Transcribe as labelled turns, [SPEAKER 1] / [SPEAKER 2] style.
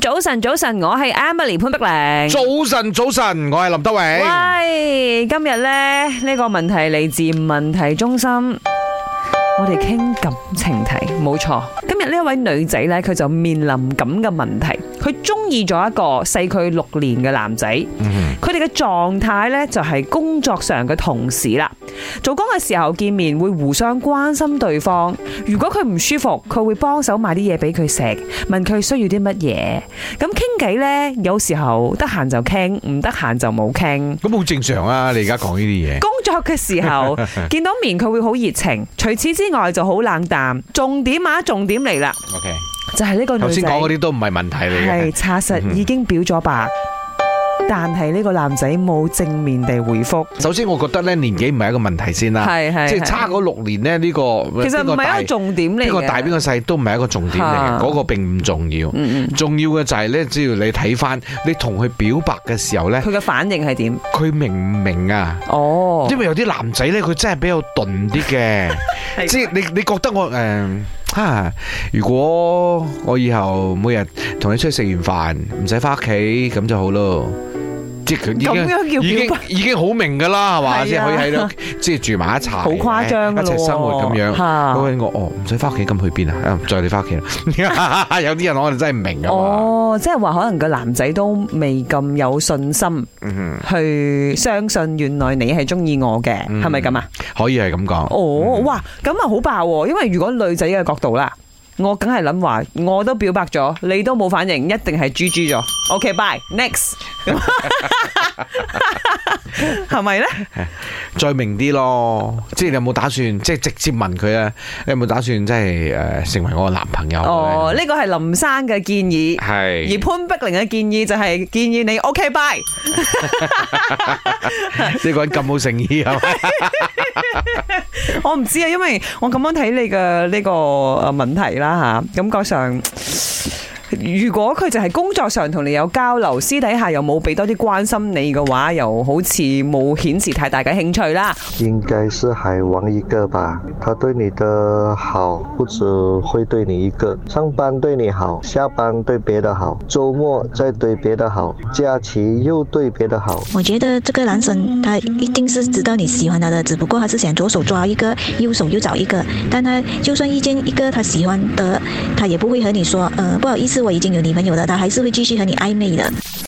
[SPEAKER 1] 早晨，早晨，我係 Emily 潘碧玲。
[SPEAKER 2] 早晨，早晨，我係林德榮。
[SPEAKER 1] 喂，今日咧呢個問題嚟自問題中心，我哋傾感情題，冇錯。今日呢一位女仔咧，佢就面臨咁嘅問題，佢中意咗一個細佢六年嘅男仔，
[SPEAKER 2] 嗯
[SPEAKER 1] 佢哋嘅狀態咧就係工作上嘅同事啦。做工嘅時候見面會互相關心對方，如果佢唔舒服，佢會幫手買啲嘢俾佢食，問佢需要啲乜嘢。咁傾偈呢，有時候得閒就傾，唔得閒就冇傾。
[SPEAKER 2] 咁好正常啊！你而家講呢啲嘢，
[SPEAKER 1] 工作嘅時 候見到面佢會好熱情，除此之外就好冷淡。重點啊，重點嚟啦，
[SPEAKER 2] OK，
[SPEAKER 1] 就係呢個
[SPEAKER 2] 頭
[SPEAKER 1] 女
[SPEAKER 2] 先講嗰
[SPEAKER 1] 仔
[SPEAKER 2] 啲都唔係問題嚟嘅嗯
[SPEAKER 1] 係。查實已經表咗白，但係呢個男仔冇正面地回覆，
[SPEAKER 2] 首先，我覺得咧年紀唔係一個問題先啦，
[SPEAKER 1] 係係
[SPEAKER 2] 即係差嗰六年咧呢個
[SPEAKER 1] 其實唔
[SPEAKER 2] 邊個大
[SPEAKER 1] 係一個重點嚟嘅。
[SPEAKER 2] 邊個大邊個細都唔係一個重點嚟嘅，
[SPEAKER 1] 嚇
[SPEAKER 2] 嗰個並唔重要。
[SPEAKER 1] 嗯嗯，
[SPEAKER 2] 重要嘅就係咧，只要你睇翻你同佢表白嘅時候咧，
[SPEAKER 1] 佢嘅反應係點？
[SPEAKER 2] 佢明唔明啊？
[SPEAKER 1] 哦，
[SPEAKER 2] 因為有啲男仔咧，佢真係比較鈍啲 嘅，
[SPEAKER 1] 係
[SPEAKER 2] 即係你你覺得我誒、啊，如果我以後每日同你出去食完飯，唔使翻屋企咁就好咯。即係佢已
[SPEAKER 1] 咁
[SPEAKER 2] 經
[SPEAKER 1] 樣叫
[SPEAKER 2] 已
[SPEAKER 1] 表
[SPEAKER 2] 經
[SPEAKER 1] 白，
[SPEAKER 2] 已經好明㗎啦，係
[SPEAKER 1] 係
[SPEAKER 2] 嘛？
[SPEAKER 1] 啊
[SPEAKER 2] 即係可以 喺度即係住埋一齊，
[SPEAKER 1] 好誇張
[SPEAKER 2] 一
[SPEAKER 1] 㗎咯喎
[SPEAKER 2] 齊生活咁樣。
[SPEAKER 1] 嚇
[SPEAKER 2] 咁我哦唔使翻屋企，咁去邊啊？啊唔載你翻屋企啦。 有啲人我哋真係唔明㗎嘛。
[SPEAKER 1] 哦，即係話可能個男仔都未咁有信心
[SPEAKER 2] 嗯哼
[SPEAKER 1] 去相信原來你係中意我嘅，
[SPEAKER 2] 嗯
[SPEAKER 1] 係咪咁啊？
[SPEAKER 2] 可以係咁講。嗯
[SPEAKER 1] 哦，哇，咁啊好爆喎！因為如果女仔嘅角度啦，我梗係諗話，我都表白咗，你都冇反應，一定係豬豬咗。OK，bye，next，係咪咧？
[SPEAKER 2] 再明啲咯，即係你有冇打算，即係直接問佢啊？你有冇打算即係誒成為我嘅男朋友呢？
[SPEAKER 1] 哦，呢個係林生嘅建議。而
[SPEAKER 2] 係
[SPEAKER 1] 潘碧玲嘅建議就係建議你 OK bye，
[SPEAKER 2] 呢個人咁冇誠意啊係咪？
[SPEAKER 1] 我唔知啊，因為我咁樣睇你嘅呢個誒問題啦吓，感覺上。如果佢就係工作上同你有交流，私底下又冇俾多啲關心你嘅話，又好似冇顯示太大嘅興趣啦。
[SPEAKER 3] 应该是海王一个吧，他对你的好不止会对你一个，上班对你好，下班对别的好，周末再对别的好，假期又对别的好。
[SPEAKER 4] 我觉得这个男生他一定是知道你喜欢他的，只不过他是想左手抓一个，右手又找一个。但他就算遇见一个他喜欢的，他也不会和你说，呃，不好意思，我已经有女朋友了，他还是会继续和你暧昧的。